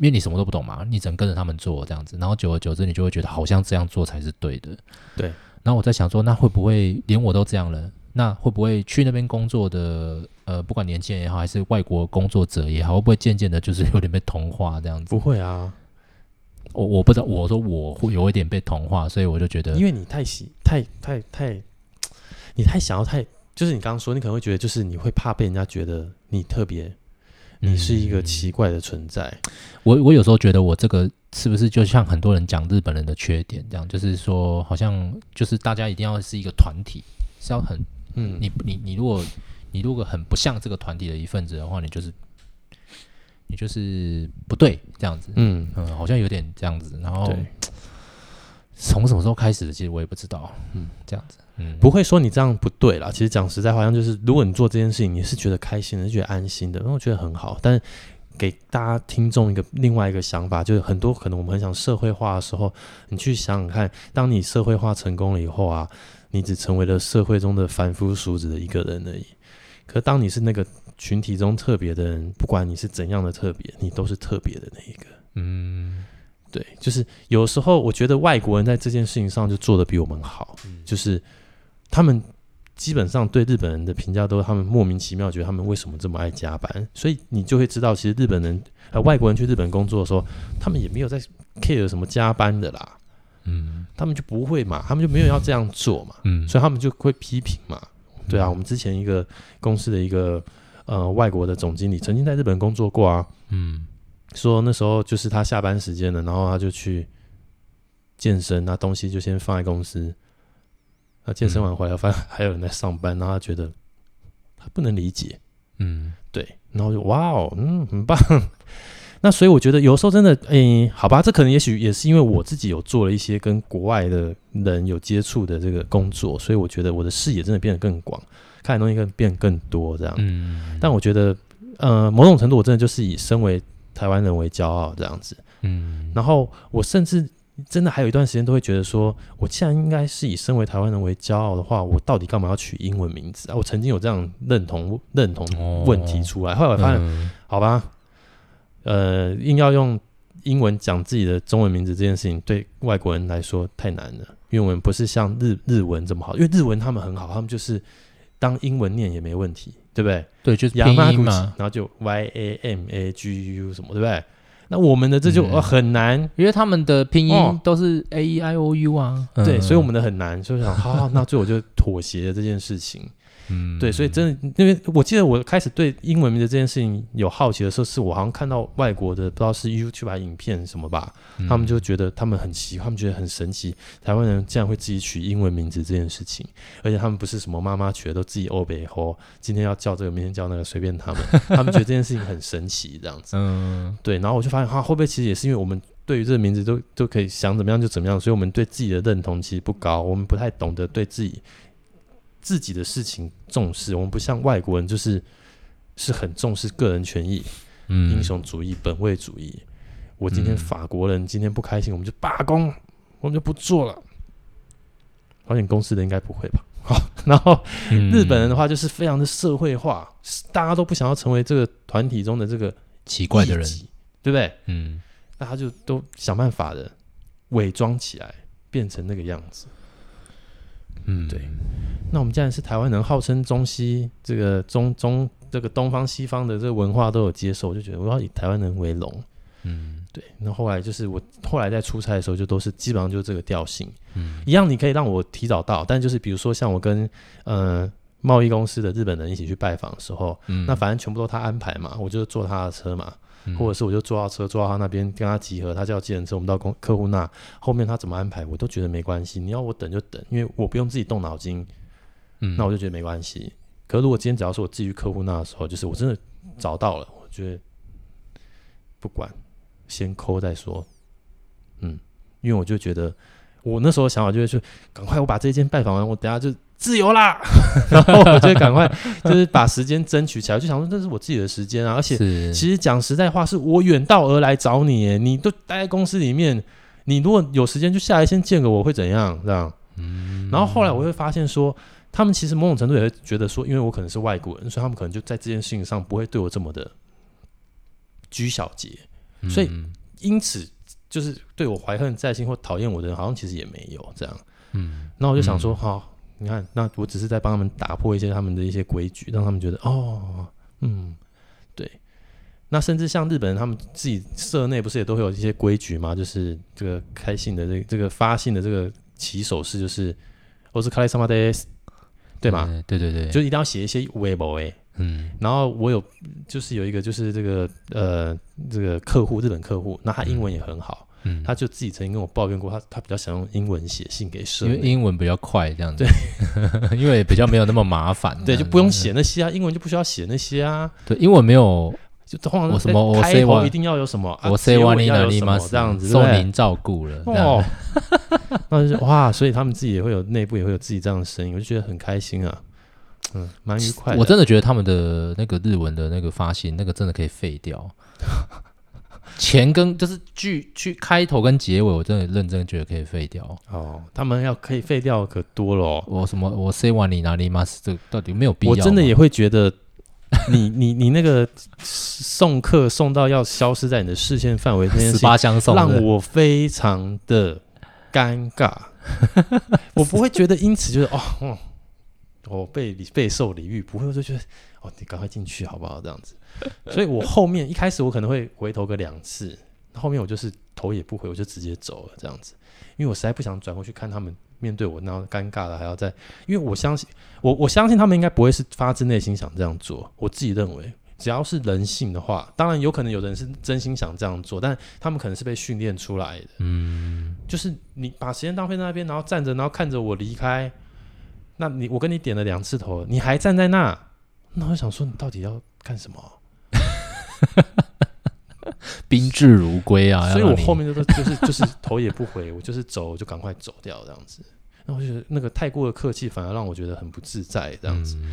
Speaker 2: 为你什么都不懂嘛，你只能跟着他们做这样子，然后久而久之，你就会觉得好像这样做才是对的。
Speaker 1: 对。
Speaker 2: 然后我在想说，那会不会连我都这样了？那会不会去那边工作的，呃，不管年轻人也好，还是外国工作者也好，会不会渐渐的，就是有点被同化这样子？
Speaker 1: 不会啊，
Speaker 2: 我我不知道，我说我会有一点被同化，所以我就觉得
Speaker 1: 因，为你太喜太太太，你太想要太，就是你刚刚说，你可能会觉得，就是你会怕被人家觉得你特别，你是一个奇怪的存在。
Speaker 2: 嗯我我有时候觉得我这个是不是就像很多人讲日本人的缺点这样，就是说好像就是大家一定要是一个团体，是要很
Speaker 1: 嗯，
Speaker 2: 你你你如果你如果很不像这个团体的一份子的话，你就是你就是不对这样子，
Speaker 1: 嗯，哦
Speaker 2: 嗯，好像有点这样子。然后
Speaker 1: 对，
Speaker 2: 从什么时候开始的，其实我也不知道，嗯，这样子，嗯，
Speaker 1: 不会说你这样不对啦。其实讲实在话，好像就是如果你做这件事情，你是觉得开心的，是觉得安心的，那我觉得很好。但给大家听众一个另外一个想法，就是很多可能我们很想社会化的时候，你去想想看，当你社会化成功了以后啊，你只成为了社会中的凡夫俗子的一个人而已。可当你是那个群体中特别的人，不管你是怎样的特别，你都是特别的那一个。
Speaker 2: 嗯
Speaker 1: 对，就是有时候我觉得外国人在这件事情上就做的比我们好，就是他们基本上对日本人的评价都是他们莫名其妙觉得他们为什么这么爱加班，所以你就会知道，其实日本人呃外国人去日本工作的时候，他们也没有在 care 什么加班的啦，
Speaker 2: 嗯
Speaker 1: 他们就不会嘛，他们就没有要这样做嘛，
Speaker 2: 嗯，
Speaker 1: 所以他们就会批评嘛。对啊，我们之前一个公司的一个呃外国的总经理曾经在日本工作过啊，
Speaker 2: 嗯
Speaker 1: 说那时候就是他下班时间了，然后他就去健身，那东西就先放在公司。那健
Speaker 2: 嗯
Speaker 1: 身完回来，发现还有人在上班，然后他觉得他不能理解，
Speaker 2: 嗯
Speaker 1: 对，然后就哇哦，嗯，很棒。那所以我觉得有时候真的，诶、好吧，这可能也许也是因为我自己有做了一些跟国外的人有接触的这个工作，所以我觉得我的视野真的变得更广，看的东西更变得更多这样。
Speaker 2: 嗯，
Speaker 1: 但我觉得，呃，某种程度我真的就是以身为台湾人为骄傲这样子。
Speaker 2: 嗯
Speaker 1: 然后我甚至真的还有一段时间都会觉得说，我既然应该是以身为台湾人为骄傲的话，我到底干嘛要取英文名字啊？我曾经有这样认同认同
Speaker 2: 哦
Speaker 1: 问题出来，后来我发现，
Speaker 2: 嗯
Speaker 1: 好吧，呃，硬要用英文讲自己的中文名字这件事情，对外国人来说太难了，因因为我们不是像日日文这么好，因为日文他们很好，他们就是当英文念也没问题，对不对？
Speaker 2: 对，就是
Speaker 1: 雅
Speaker 2: 拼
Speaker 1: 马
Speaker 2: 音
Speaker 1: 古奇
Speaker 2: 嘛，
Speaker 1: 然后就 Y A M A G U 什么，对不对？那我们的这就、
Speaker 2: 嗯
Speaker 1: 哦很难，
Speaker 2: 因为他们的拼
Speaker 1: 哦
Speaker 2: 音都是 A E I O U 啊，
Speaker 1: 对，
Speaker 2: 嗯
Speaker 1: 所以我们的很难，就想好好，那最后我就妥协了这件事情。
Speaker 2: 嗯
Speaker 1: 对，所以真的，因为我记得我开始对英文名字这件事情有好奇的时候，是我好像看到外国的不知道是 YouTube 还是影片什么吧，
Speaker 2: 嗯
Speaker 1: 他们就觉得他们很奇，他们觉得很神奇，台湾人竟然会自己取英文名字这件事情，而且他们不是什么妈妈取的，都自己欧北吼，今天要叫这个，明天叫那个，随便他
Speaker 2: [laughs]
Speaker 1: 们，他们觉得这件事情很神奇，这样子。
Speaker 2: 嗯
Speaker 1: 对，然后我就发现，哈、会不会其实也是因为我们对于这个名字都都可以想怎么样就怎么样，所以我们对自己的认同其实不高，我们不太懂得对自己自己的事情重视，我们不像外国人就是是很重视个人权益、
Speaker 2: 嗯
Speaker 1: 英雄主义、本位主义。我今天
Speaker 2: 嗯
Speaker 1: 法国人今天不开心，我们就罢工，我们就不做了。保险公司的应该不会吧？ [laughs] 好，然后日本人的
Speaker 2: 话
Speaker 1: 话就是非常的社会化，大家都不想要成为这个团体中的这个
Speaker 2: 奇怪的人
Speaker 1: 异，己，对不对？
Speaker 2: 嗯，
Speaker 1: 那他就都想办法的伪装起来，变成那个样子。
Speaker 2: 嗯，
Speaker 1: 对那我们既然是台湾人，号称中西这个中中这个东方西方的这个文化都有接受，我就觉得我要以台湾人为荣。
Speaker 2: 嗯
Speaker 1: 对，那后来就是我后来在出差的时候，就都是基本上就是这个调性，
Speaker 2: 嗯
Speaker 1: 一样你可以让我提早到，但就是比如说像我跟呃贸易公司的日本人一起去拜访的时候，
Speaker 2: 嗯，
Speaker 1: 那反正全部都他安排嘛，我就坐他的车嘛，
Speaker 2: 嗯
Speaker 1: 或者是我就坐到车，坐到他那边跟他集合，他叫计程车，我们到公客户那，后面他怎么安排我都觉得没关系，你要我等就等，因为我不用自己动脑筋，
Speaker 2: 嗯
Speaker 1: 那我就觉得没关系。可如果今天只要是我自己去客户那的时候，就是我真的找到了，我觉得不管，先抠再说，嗯，因为我就觉得我那时候想法就是赶快我把这一间拜访完，我等下就自由啦， [laughs] 然后我就赶快就是把时间争取起来，我就想说这是我自己的时间啊，而且
Speaker 2: 是
Speaker 1: 其实讲实在话，是我远道而来找你耶，你都待在公司里面，你如果有时间就下来先见个我会怎样这样？嗯，然后后来我会发现说，他们其实某种程度也会觉得说，因为我可能是外国人，所以他们可能就在这件事情上不会对我这么的拘小节，所以
Speaker 2: 嗯
Speaker 1: 因此就是对我怀恨在心或讨厌我的人，好像其实也没有这样。
Speaker 2: 嗯
Speaker 1: 那我就想说，好、你看，那我只是在帮他们打破一些他们的一些规矩，让他们觉得哦，嗯，对。那甚至像日本人，他们自己社内不是也都会有一些规矩吗？就是这个开信的这个、这个发信的这个起手式就是“我是卡雷萨马德”，对吗？？
Speaker 2: 对对对，
Speaker 1: 就一定要写一些微博诶。
Speaker 2: 嗯
Speaker 1: 然后我有就是有一个就是这个呃这个客户日本客户，那他英文也很好，
Speaker 2: 嗯，
Speaker 1: 他就自己曾经跟我抱怨过，他他比较想用英文写信给社
Speaker 2: 因为
Speaker 1: 内。
Speaker 2: 英文比较快这样子，对，因为比较没有那么麻烦，
Speaker 1: 对，
Speaker 2: 这样
Speaker 1: 就
Speaker 2: 子
Speaker 1: 不用写那些啊，英文就不需要写那些啊，
Speaker 2: 对，英文没有
Speaker 1: 就通常哎
Speaker 2: 我什么我
Speaker 1: 开
Speaker 2: say
Speaker 1: 头
Speaker 2: one-
Speaker 1: 一定要有什么，啊
Speaker 2: 我 say
Speaker 1: 结尾
Speaker 2: one
Speaker 1: 要
Speaker 2: in
Speaker 1: 有
Speaker 2: a
Speaker 1: 什
Speaker 2: m
Speaker 1: 么
Speaker 2: a
Speaker 1: 这样子，对
Speaker 2: 受
Speaker 1: 不对
Speaker 2: 您照顾了，这样
Speaker 1: 哦， [laughs] 那就是哇，所以他们自己也会有内部也会有自己这样的声音，我就觉得很开心啊，嗯，蛮愉快的。
Speaker 2: 我真的觉得他们的那个日文的那个发型，那个真的可以废掉。 [laughs] 前跟就是句句开头跟结尾，我真的认真觉得可以废掉。
Speaker 1: 哦，他们要可以废掉可多了哦，
Speaker 2: 我什么我 say 完你哪里吗？这个到底没有必要
Speaker 1: 我
Speaker 2: 吗？
Speaker 1: 真的也会觉得你你你那个送客送到要消失在你的视线范围这件
Speaker 2: 十
Speaker 1: 事情
Speaker 2: 八相送，
Speaker 1: 让
Speaker 2: 对
Speaker 1: 我非常的尴尬。我不会觉得因此就是哦，嗯我被礼备受礼遇，不会我就觉得哦，你赶快进去好不好？这样子，所以我后面一开始我可能会回头个两次，后面我就是头也不回，我就直接走了这样子，因为我实在不想转过去看他们面对我那样尴尬的，还要再，因为我相信我我相信他们应该不会是发自内心想这样做，我自己认为。只要是人性的话，当然有可能有的人是真心想这样做，但他们可能是被训练出来的。
Speaker 2: 嗯
Speaker 1: 就是你把时间浪费在那边，然后站着，然后看着我离开。那你我跟你点了两次头，你还站在那，那我就想说你到底要干什么？
Speaker 2: 宾至如归啊。
Speaker 1: 所以
Speaker 2: 要
Speaker 1: 我
Speaker 2: 让你
Speaker 1: 后面就是就是就是头也不回，我就是走我就赶快走掉这样子。那我就觉得那个太过的客气，反而让我觉得很不自在这样子。
Speaker 2: 嗯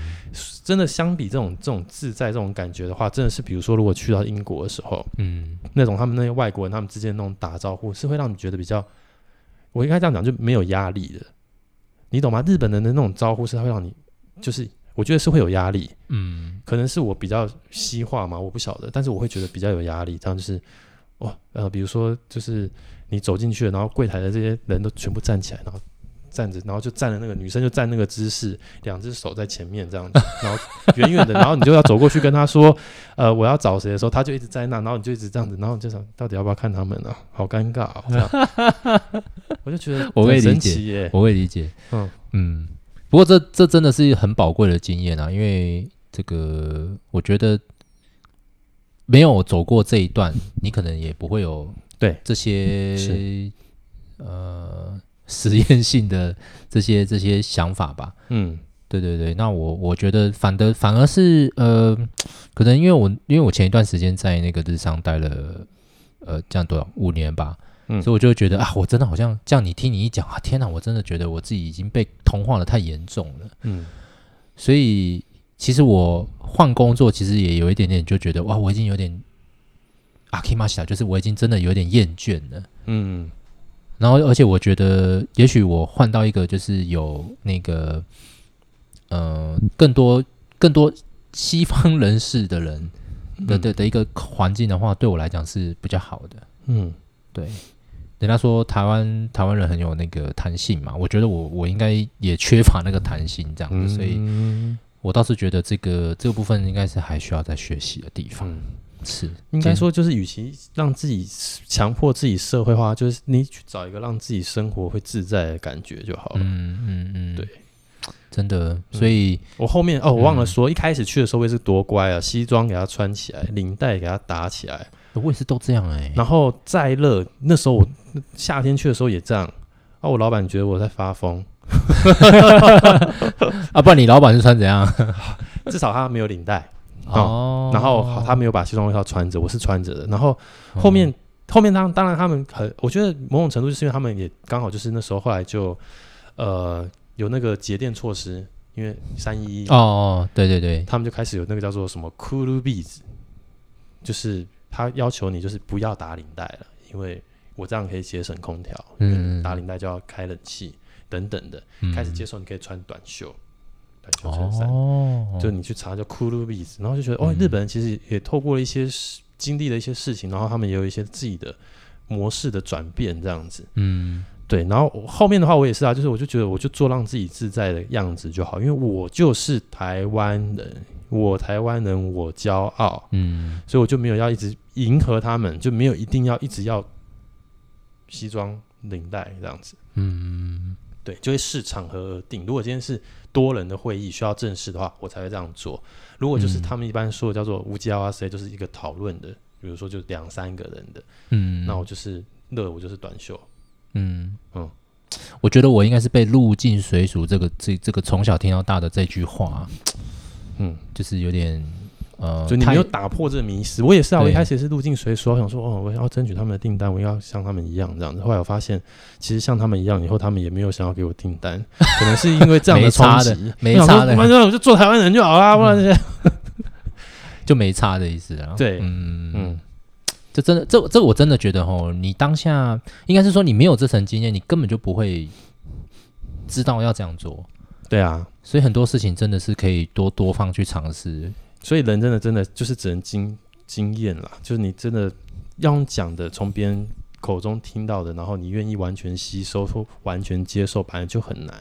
Speaker 1: 真的相比这种这种自在这种感觉的话，真的是比如说如果去到英国的时候，
Speaker 2: 嗯
Speaker 1: 那种他们那些外国人他们之间那种打招呼，是会让你觉得比较，我应该这样讲，就没有压力的，你懂吗？日本人的那种招呼是会让你，就是我觉得是会有压力，
Speaker 2: 嗯
Speaker 1: 可能是我比较西化嘛，我不晓得，但是我会觉得比较有压力。这样就是，哦，呃，比如说就是你走进去了，然后柜台的这些人都全部站起来，然后站着，然后就站了那个女生就站那个姿势，两只手在前面这样子， [laughs] 然后远远的，然后你就要走过去跟她说，呃，我要找谁的时候，她就一直在那，然后你就一直这样子，然后你就想到底要不要看他们呢、好尴尬、哦，这样，
Speaker 2: [laughs]
Speaker 1: 我就觉得
Speaker 2: 我可以
Speaker 1: 很神
Speaker 2: 理解
Speaker 1: 奇耶，
Speaker 2: 我会理解。
Speaker 1: 嗯
Speaker 2: 嗯，不过这这真的是很宝贵的经验啊，因为这个我觉得没有走过这一段，你可能也不会有
Speaker 1: 对
Speaker 2: 这
Speaker 1: 是
Speaker 2: 些呃实验性的这些这些想法吧。
Speaker 1: 嗯
Speaker 2: 对对对，那我我觉得反的反而是呃，可能因为我因为我前一段时间在那个日商待了呃这样多少五年吧，
Speaker 1: 嗯
Speaker 2: 所以我就会觉得啊，我真的好像这样你听你一讲啊，天哪，我真的觉得我自己已经被同化的太严重了，
Speaker 1: 嗯
Speaker 2: 所以其实我换工作其实也有一点点就觉得哇，我已经有点阿 k i m a s h 就是我已经真的有点厌倦了。
Speaker 1: 嗯
Speaker 2: 然后，而且我觉得，也许我换到一个就是有那个，呃，更多更多西方人士的人的的的一个环境的话，对我来讲是比较好的。
Speaker 1: 嗯
Speaker 2: 对，人家说台湾台湾人很有那个弹性嘛，我觉得我我应该也缺乏那个弹性这样
Speaker 1: 嗯，
Speaker 2: 子，所以
Speaker 1: 以
Speaker 2: 我倒是觉得这个这个部分应该是还需要再学习的地方。
Speaker 1: 嗯
Speaker 2: 是，
Speaker 1: 应该说，就是与其让自己强迫自己社会化，就是你去找一个让自己生活会自在的感觉就好了。
Speaker 2: 嗯嗯嗯，
Speaker 1: 对，
Speaker 2: 真的，所以。
Speaker 1: 我后面哦，我忘了说，一开始去的时候我也是多乖啊，西装给它穿起来，领带给它打起来，
Speaker 2: 我也是都这样哎、
Speaker 1: 然后再热，那时候我夏天去的时候也这样。啊，我老板觉得我在发疯，
Speaker 2: [laughs] 啊，不然你老板是穿怎样？
Speaker 1: 至少他没有领带，
Speaker 2: 哦
Speaker 1: 然后好他没有把西装外套穿着，我是穿着的，然后
Speaker 2: 哦
Speaker 1: 后面、后面当当然他们很，我觉得某种程度就是因为他们也刚好就是那时候后来就呃有那个节电措施，因为三一一
Speaker 2: 哦，哦，对对对，
Speaker 1: 他们就开始有那个叫做什么 cool beads，就是他要求你就是不要打领带了，因为我这样可以节省空调，因
Speaker 2: 嗯
Speaker 1: 为
Speaker 2: 嗯
Speaker 1: 打领带就要开冷气等等的，
Speaker 2: 嗯
Speaker 1: 开始接受你可以穿短袖，短袖衬衫。
Speaker 2: 哦，嗯
Speaker 1: 就你去查叫 Kuru b e a s 然后就觉得哦，日本人其实也透过了一些事经历了一些事情，然后他们也有一些自己的模式的转变这样子。
Speaker 2: 嗯
Speaker 1: 对，然后我后面的话我也是啊，就是我就觉得我就做让自己自在的样子就好，因为我就是台湾人，我台湾人我骄傲，
Speaker 2: 嗯
Speaker 1: 所以我就没有要一直迎合他们，就没有一定要一直要西装领带这样子。
Speaker 2: 嗯，
Speaker 1: 对，就会视场合而定。如果今天是多人的会议需要正式的话，我才会这样做。如果就是
Speaker 2: 嗯
Speaker 1: 他们一般说的叫做无 G L R C，就是一个讨论的，比如说就两三个人的，
Speaker 2: 嗯，
Speaker 1: 那我就是热，我就是短袖。
Speaker 2: 嗯
Speaker 1: 嗯
Speaker 2: 嗯，我觉得我应该是被“入境水俗”这个这这个从小听到大的这句话，
Speaker 1: 嗯，
Speaker 2: 就是有点呃，
Speaker 1: 就你
Speaker 2: 太
Speaker 1: 没有打破这个迷失。我也是啊，
Speaker 2: 对
Speaker 1: 我一开始也是入境随俗，我想说哦，我要争取他们的订单，我要像他们一样这样子。后来我发现，其实像他们一样，以后他们也没有想要给我订单， [laughs] 可能是因为这样
Speaker 2: 没
Speaker 1: 冲
Speaker 2: 差的
Speaker 1: 击。
Speaker 2: 没
Speaker 1: 我想
Speaker 2: 差
Speaker 1: 说
Speaker 2: 的
Speaker 1: 反正我就做台湾人就好啦，不然这些
Speaker 2: 就没差的意思啊。
Speaker 1: [laughs] 对
Speaker 2: 嗯
Speaker 1: 嗯
Speaker 2: 嗯，这真的，这这我真的觉得哦，你当下应该是说你没有这层经验，你根本就不会知道要这样做。
Speaker 1: 对啊，
Speaker 2: 所以很多事情真的是可以多多方去尝试。
Speaker 1: 所以人真的真的就是只能经经验啦，就是你真的要用讲的，从别人口中听到的，然后你愿意完全吸收或完全接受，本来就很难。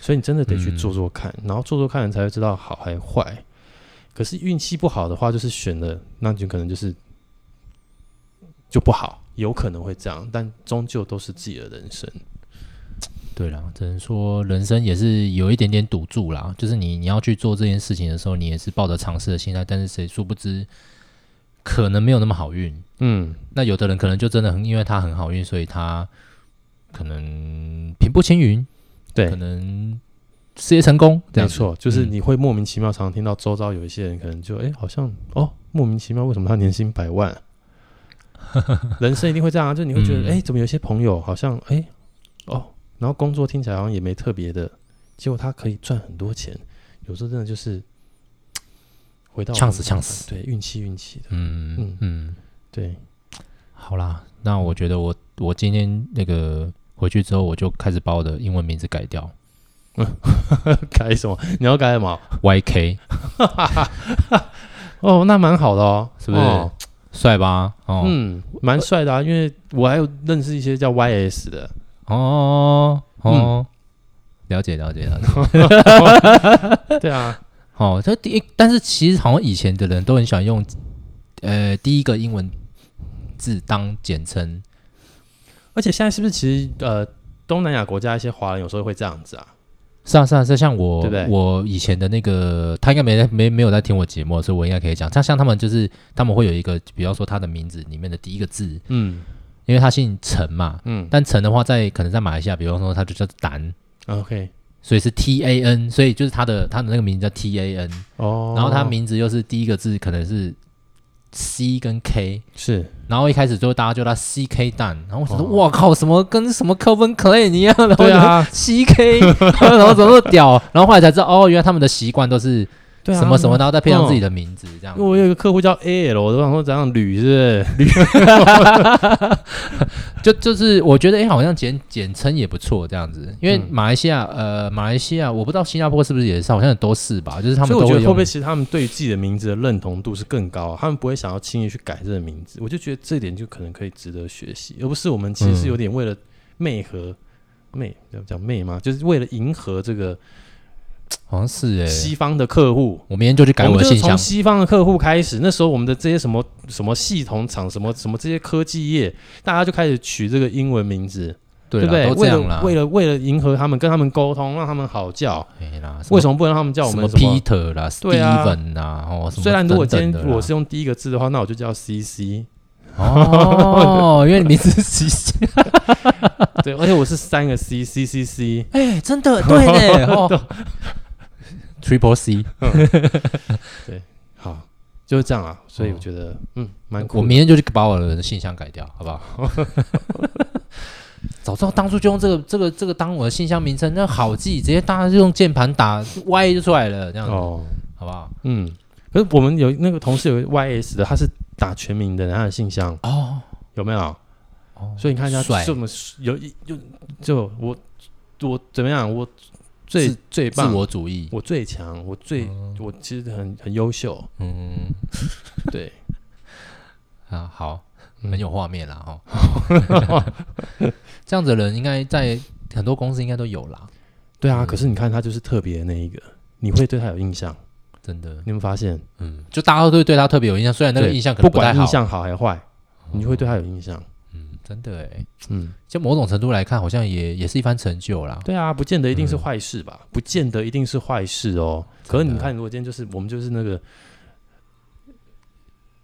Speaker 1: 所以你真的得去做做看，然后做做看，你才会知道好还坏。可是运气不好的话，就是选了，那就可能就是就不好，有可能会这样，但终究都是自己的人生。
Speaker 2: 对啦，只能说人生也是有一点点赌注啦，就是你你要去做这件事情的时候，你也是抱着尝试的心态，但是谁殊不知，可能没有那么好运。
Speaker 1: 嗯，
Speaker 2: 那有的人可能就真的很，因为他很好运，所以他可能平步青云，
Speaker 1: 对
Speaker 2: 可，能事业成功，
Speaker 1: 没
Speaker 2: 这样子
Speaker 1: 错，就是
Speaker 2: 嗯
Speaker 1: 你会莫名其妙常听到周遭有一些人可能就哎、诶好像哦，莫名其妙为什么他年薪百 [laughs] 万、人生一定会这样、啊，就你会觉得哎、
Speaker 2: 嗯
Speaker 1: 诶怎么有些朋友好像哎、诶哦，然后工作听起来好像也没特别的，结果他可以赚很多钱，有时候真的就是嘖回到我们
Speaker 2: 呛死呛死。
Speaker 1: 对运气运气的，
Speaker 2: 嗯
Speaker 1: 嗯
Speaker 2: 嗯嗯，
Speaker 1: [laughs] 对，
Speaker 2: 好啦，那我觉得我我今天那个回去之后，我就开始把我的英文名字改掉。
Speaker 1: 改什么？你要改什么？
Speaker 2: YK，
Speaker 1: 哦，那蛮好的哦，
Speaker 2: 是不是
Speaker 1: 哦
Speaker 2: 帅吧？哦、
Speaker 1: 嗯，蛮帅的啊，因为我还有认识一些叫 YS 的，
Speaker 2: 哦哦哦，了解了解了 [laughs] 解。
Speaker 1: 对啊，
Speaker 2: 好，这第一，但是其实好像以前的人都很喜欢用呃第一个英文字当简称，
Speaker 1: 而且现在是不是其实呃东南亚国家一些华人有时候会这样子啊？
Speaker 2: 是啊是啊是啊像我
Speaker 1: 对不对
Speaker 2: 我以前的那个，他应该没在没没有在听我节目，所以我应该可以讲。像像他们就是他们会有一个，比方说他的名字里面的第一个字，
Speaker 1: 嗯
Speaker 2: 因为他姓陈嘛，
Speaker 1: 嗯
Speaker 2: 但陈的话在可能在马来西亚，比方说他就叫丹，
Speaker 1: ，OK，
Speaker 2: 所以是 T A N，所以就是他的他的那个名字叫 T A N，、
Speaker 1: 哦，
Speaker 2: 然后他名字又是第一个字可能是 C 跟 K，
Speaker 1: 是
Speaker 2: 然后一开始就大家就叫他 C K 蛋，然后我想说，
Speaker 1: 哦
Speaker 2: 哇靠，什么跟什么 Calvin Klein 一样，然后
Speaker 1: 对啊
Speaker 2: C K，然 [laughs] 后怎么那么屌，然后后来才知道，哦，原来他们的习惯都是
Speaker 1: 对啊
Speaker 2: 什么什么，然后再配上
Speaker 1: 嗯
Speaker 2: 自己的名字，这样
Speaker 1: 因为。我有一个客户叫 AL，我都想说怎样铝是不是
Speaker 2: 就就是我觉得，哎、好像简简称也不错，这样子。因为
Speaker 1: 嗯
Speaker 2: 马来西亚，呃，马来西亚，我不知道新加坡是不是也是，好像都是吧，就是他们
Speaker 1: 所以
Speaker 2: 都
Speaker 1: 我觉得
Speaker 2: 会
Speaker 1: 会
Speaker 2: 用
Speaker 1: 不。会其实他们对于自己的名字的认同度是更高、啊，他们不会想要轻易去改这个名字。我就觉得这点就可能可以值得学习，而不是我们其实是有点为了媚和媚，要讲媚吗？就是为了迎合这个
Speaker 2: 好像是哎、
Speaker 1: 西方的客户。
Speaker 2: 我明天就去改
Speaker 1: 我
Speaker 2: 我
Speaker 1: 们
Speaker 2: 的
Speaker 1: 就是
Speaker 2: 信箱
Speaker 1: 从。西方的客户开始，那时候我们的这些什么什么系统厂、什么什么这些科技业，大家就开始取这个英文名字，
Speaker 2: 对
Speaker 1: 不对
Speaker 2: 啦，？都这
Speaker 1: 为
Speaker 2: 样啦
Speaker 1: 了。为了为了迎合他们，跟他们沟通，让他们好叫。
Speaker 2: 哎啦，
Speaker 1: 为
Speaker 2: 么
Speaker 1: 什么不能让他们叫我
Speaker 2: 什
Speaker 1: 们
Speaker 2: 么
Speaker 1: 什么
Speaker 2: Peter 啦、
Speaker 1: 对啊
Speaker 2: Steven 啦，哦，什么
Speaker 1: 虽然如果今
Speaker 2: 等
Speaker 1: 天
Speaker 2: 等的
Speaker 1: 如果
Speaker 2: 啦
Speaker 1: 是用第一个字的话，那我就叫 CC。 [laughs]
Speaker 2: 哦，因为你名字是 CC，
Speaker 1: 对，而且我是三个 C C C C。
Speaker 2: 哎，真的对呢， [laughs] 哦，Triple C，
Speaker 1: 好，就是这样啊。所以
Speaker 2: 哦
Speaker 1: 我觉得，嗯，蛮
Speaker 2: 我
Speaker 1: 酷的。
Speaker 2: 明天就去把我的信箱改掉，好不好？ [laughs] 早知道当初就用这个这个这个当我的信箱名称，那好记，直接大家就用键盘打 Y 就出来了，这样子
Speaker 1: 哦，
Speaker 2: 好不好？
Speaker 1: 嗯，可是我们有那个同事有 Y S 的，他是打全名的，他的信箱
Speaker 2: 哦，
Speaker 1: 有没有？
Speaker 2: 哦
Speaker 1: 所以你看一下
Speaker 2: 帅
Speaker 1: 这么有一就就我我怎么样？我最
Speaker 2: 自
Speaker 1: 最
Speaker 2: 自
Speaker 1: 棒，
Speaker 2: 我主义，
Speaker 1: 我最强，我最我其实很很优秀。
Speaker 2: 嗯
Speaker 1: 对，
Speaker 2: 啊，好，
Speaker 1: 嗯
Speaker 2: 很有画
Speaker 1: [laughs]
Speaker 2: 面啦哦。这样子的人应该在很多公司应该都有啦，
Speaker 1: 对
Speaker 2: 嗯
Speaker 1: 啊。可是你看他就是特别的那一个，你会对他有印象。
Speaker 2: 真的，
Speaker 1: 你有没有发现？
Speaker 2: 嗯，就大家都会对他特别有印象，虽然那个
Speaker 1: 对
Speaker 2: 印象可
Speaker 1: 不
Speaker 2: 能太
Speaker 1: 管
Speaker 2: 好
Speaker 1: 印，象好还坏，你就会对他有印象。
Speaker 2: 嗯，真的哎，
Speaker 1: 嗯，
Speaker 2: 就某种程度来看，好像也也是一番成就啦。
Speaker 1: 对啊，不见得一定是坏事吧？不见得一定是坏事哦。可是
Speaker 2: 嗯真的
Speaker 1: 你看，如果今天就是我们就是那个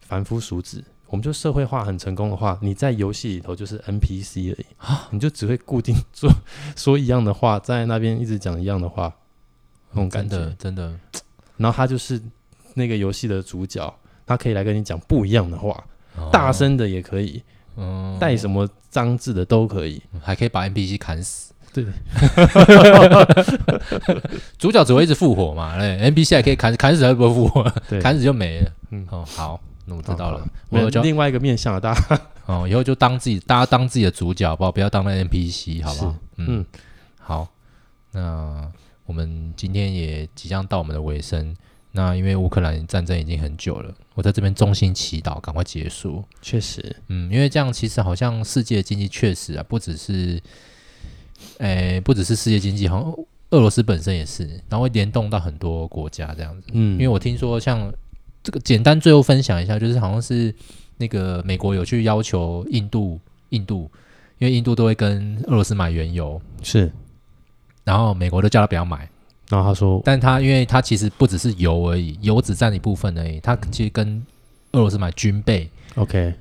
Speaker 1: 凡夫俗子，我们就社会化很成功的话，你在游戏里头就是 NPC 而已，
Speaker 2: 啊
Speaker 1: 你就只会固定做 [laughs] 说一样的话，在那边一直讲一样的话，那种感
Speaker 2: 真的
Speaker 1: 觉。
Speaker 2: 真的，
Speaker 1: 然后他就是那个游戏的主角，他可以来跟你讲不一样的话，
Speaker 2: 哦
Speaker 1: 大，声的也可以，
Speaker 2: 嗯，
Speaker 1: 带什么脏字的都可
Speaker 2: [laughs]
Speaker 1: 以。
Speaker 2: 还可以把 NPC 砍死。
Speaker 1: 对，
Speaker 2: [laughs] 主角只会一直复活嘛，对，NPC 还可以砍砍死，还不会复活，
Speaker 1: 对，
Speaker 2: 砍死就没了。
Speaker 1: 嗯
Speaker 2: 哦，好，那我知道
Speaker 1: 好
Speaker 2: 了
Speaker 1: 好，
Speaker 2: 我
Speaker 1: 没
Speaker 2: 有
Speaker 1: 有
Speaker 2: 就
Speaker 1: 另外一个面向啊，大家
Speaker 2: 哦，以后就当自己，大家当自己的主角，好不好？不要当那 NPC，好不好
Speaker 1: 是？
Speaker 2: 嗯
Speaker 1: 嗯，
Speaker 2: 好，那我们今天也即将到我们的尾声。那因为乌克兰战争已经很久了，我在这边衷心祈祷赶快结束。
Speaker 1: 确实，
Speaker 2: 嗯，因为这样其实好像世界经济确实啊，不只是，诶、不只是世界经济，好像俄罗斯本身也是，然后会联动到很多国家这样子。
Speaker 1: 嗯，
Speaker 2: 因为我听说像这个，简单最后分享一下，就是好像是那个美国有去要求印度，印度，因为印度都会跟俄罗斯买原油，
Speaker 1: 是，
Speaker 2: 然后美国都叫他不要买，
Speaker 1: 然后他说，
Speaker 2: 但他因为他其实不只是油而已，油只占一部分而已，他其实跟俄罗斯买军备
Speaker 1: OK，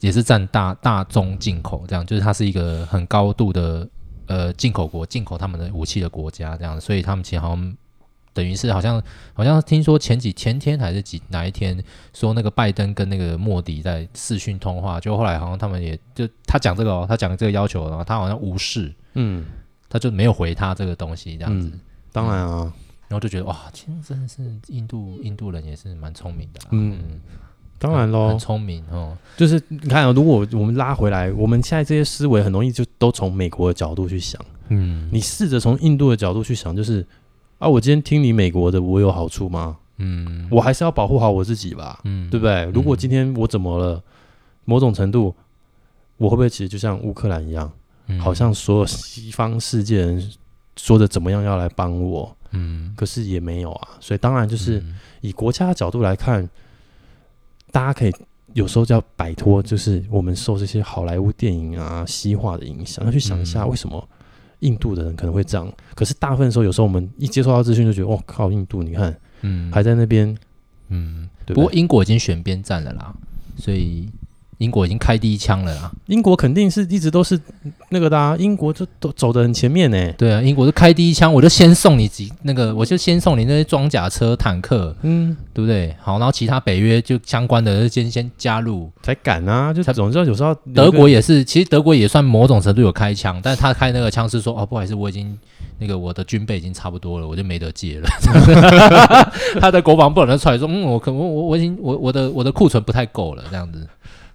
Speaker 2: 也是占大大宗进口，这样就是它是一个很高度的呃进口国，进口他们的武器的国家这样，所以他们其实好像等于是好像好像听说前几前天还是几哪一天说那个拜登跟那个莫迪在视讯通话，就后来好像他们也就他讲这个哦，他讲这个要求，然后他好像无视，
Speaker 1: 嗯，
Speaker 2: 他就没有回他这个东西这样子。
Speaker 1: 嗯当然啊，
Speaker 2: 然后就觉得哇，其实真的是印度印度人也是蛮聪明的啦，
Speaker 1: 嗯当然
Speaker 2: 很
Speaker 1: 喽，
Speaker 2: 聪明哦，
Speaker 1: 啊就是你看啊，如果我们拉回来，我们现在这些思维很容易就都从美国的角度去想，
Speaker 2: 嗯
Speaker 1: 你试着从印度的角度去想，就是啊，我今天听你美国的，我有好处吗？
Speaker 2: 嗯
Speaker 1: 我还是要保护好我自己吧，
Speaker 2: 嗯
Speaker 1: 对不对？如果今天我怎么了，某种程度，我会不会其实就像乌克兰一样？
Speaker 2: 嗯
Speaker 1: 好像所有西方世界人说着怎么样要来帮我，
Speaker 2: 嗯，
Speaker 1: 可是也没有啊。所以当然就是
Speaker 2: 嗯
Speaker 1: 以国家的角度来看，大家可以有时候就要摆脱，就是我们受这些好莱坞电影啊西化的影响，要去想一下
Speaker 2: 嗯
Speaker 1: 为什么印度的人可能会这样。可是大部分的时候，有时候我们一接收到资讯就觉得，哇靠，印度你看
Speaker 2: 嗯，
Speaker 1: 还在那边，
Speaker 2: 嗯，
Speaker 1: 对不
Speaker 2: 不过
Speaker 1: 对？
Speaker 2: 英国已经选边站了啦，所以英国已经开第一枪了啦。
Speaker 1: 英国肯定是一直都是那个的、啊，英国就都走得很前面呢、
Speaker 2: 对啊，英国是开第一枪，我就先送你几那个，我就先送你那些装甲车、坦克，
Speaker 1: 嗯，
Speaker 2: 对不对？好，然后其他北约就相关的就先先加入。
Speaker 1: 才敢啊！就
Speaker 2: 才
Speaker 1: 总之有时候
Speaker 2: 德国也是，其实德国也算某种程度有开枪，但是他开那个枪是说，哦，不好意思，我已经那个我的军备已经差不多了，我就没得借了。 [laughs] 他的国防部人出来说，嗯，我可我我我已经我我的我的库存不太够了，这样子。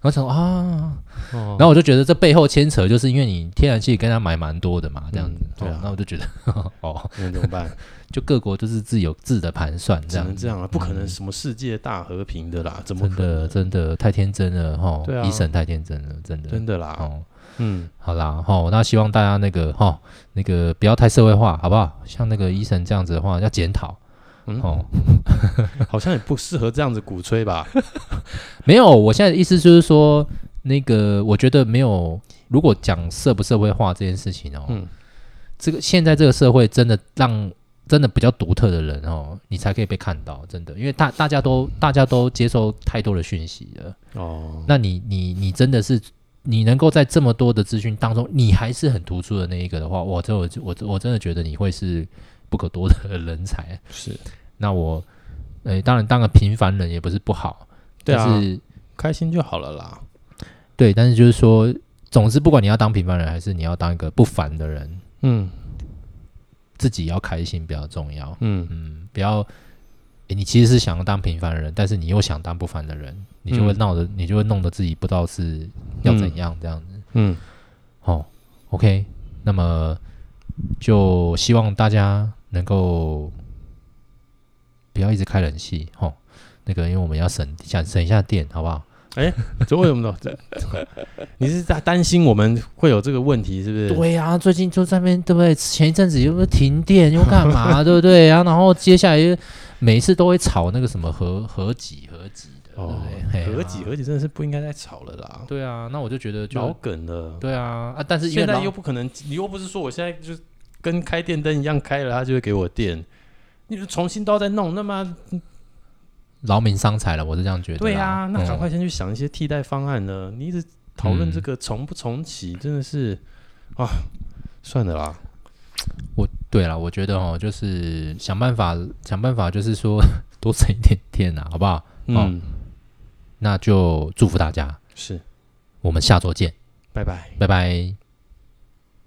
Speaker 2: 然后想说啊，
Speaker 1: 然
Speaker 2: 然后我就觉得这背后牵扯，就是因为你天然气跟他买蛮多的嘛，这样子。
Speaker 1: 嗯对啊
Speaker 2: 哦那我就觉得， [laughs] 哦，
Speaker 1: 那怎么办？
Speaker 2: 就各国都是自有自的盘算， [laughs] 这
Speaker 1: 只
Speaker 2: 样
Speaker 1: 能
Speaker 2: 子。
Speaker 1: 这样啊，不可能什么世界大和平的啦，怎么
Speaker 2: 真
Speaker 1: 可
Speaker 2: 的
Speaker 1: 能？
Speaker 2: 真的太天真了哈，
Speaker 1: 对啊
Speaker 2: 医生太天真了，真的。
Speaker 1: 真的啦，
Speaker 2: 哦，
Speaker 1: 嗯，
Speaker 2: 好啦，哈，那希望大家那个哈，那个不要太社会化，好不好？像那个医生这样子的话，要检讨。
Speaker 1: 嗯
Speaker 2: 哦，
Speaker 1: [laughs] 好像也不适合这样子鼓吹
Speaker 2: [laughs]
Speaker 1: 吧？
Speaker 2: 没有，我现在的意思就是说，那个我觉得没有，如果讲社不社会化这件事情哦，
Speaker 1: 嗯
Speaker 2: 这个现在这个社会真的让真的比较独特的人哦，你才可以被看到，真的，因为大大家都大家都接受太多的讯息了。
Speaker 1: 哦，
Speaker 2: 那你你你真的是你能够在这么多的资讯当中，你还是很突出的那一个的话，我这我我我真的觉得你会是不可多得的人才。
Speaker 1: 是，
Speaker 2: 那我，诶，当然当个平凡人也不是不好，
Speaker 1: 对啊
Speaker 2: 但是
Speaker 1: 开心就好了啦。
Speaker 2: 对，但是就是说，总之不管你要当平凡人还是你要当一个不凡的人，
Speaker 1: 嗯
Speaker 2: 自己要开心比较重要。
Speaker 1: 嗯，
Speaker 2: 嗯，不要、诶你其实是想要当平凡人，但是你又想当不凡的人，你就会
Speaker 1: 嗯
Speaker 2: 闹得、你就会弄得自己不知道是要怎样这样子。
Speaker 1: 嗯，
Speaker 2: 哦，OK，那么就希望大家能够不要一直开冷气哦。那个，因为我们要省想省一下电，好不好？
Speaker 1: 这为什么 [laughs] 呢？这你是在担心我们会有这个问题，是不是？
Speaker 2: 对呀、最近就在那边，对不对？前一阵子又不是停电，又
Speaker 1: [laughs]
Speaker 2: 干嘛，对不对啊？然后接下来又每次都会吵那个什么合合集合集的，
Speaker 1: 哦
Speaker 2: 对不对？嘿啊
Speaker 1: 和解和解真的是不应该再吵了啦，
Speaker 2: 对啊，那我就觉得
Speaker 1: 老
Speaker 2: 就
Speaker 1: 梗了。
Speaker 2: 对啊啊，但是因为
Speaker 1: 现在
Speaker 2: 老
Speaker 1: 又不可能，你又不是说我现在就是跟开电灯一样开了，他就会给我电，你就重新都要再弄，那么
Speaker 2: 劳民伤财了，我是这样觉得啦。
Speaker 1: 对啊，那赶
Speaker 2: 嗯
Speaker 1: 快先去想一些替代方案呢。你一直讨论这个重不重启，真的是啊，算了啦。
Speaker 2: 我对了，我觉得哦，就是想办法，想办法，就是说 [laughs] 多省一点电啊，好不好？
Speaker 1: 嗯，
Speaker 2: 那就祝福大家，
Speaker 1: 是，
Speaker 2: 我们下周见，
Speaker 1: 拜拜。
Speaker 2: 拜拜。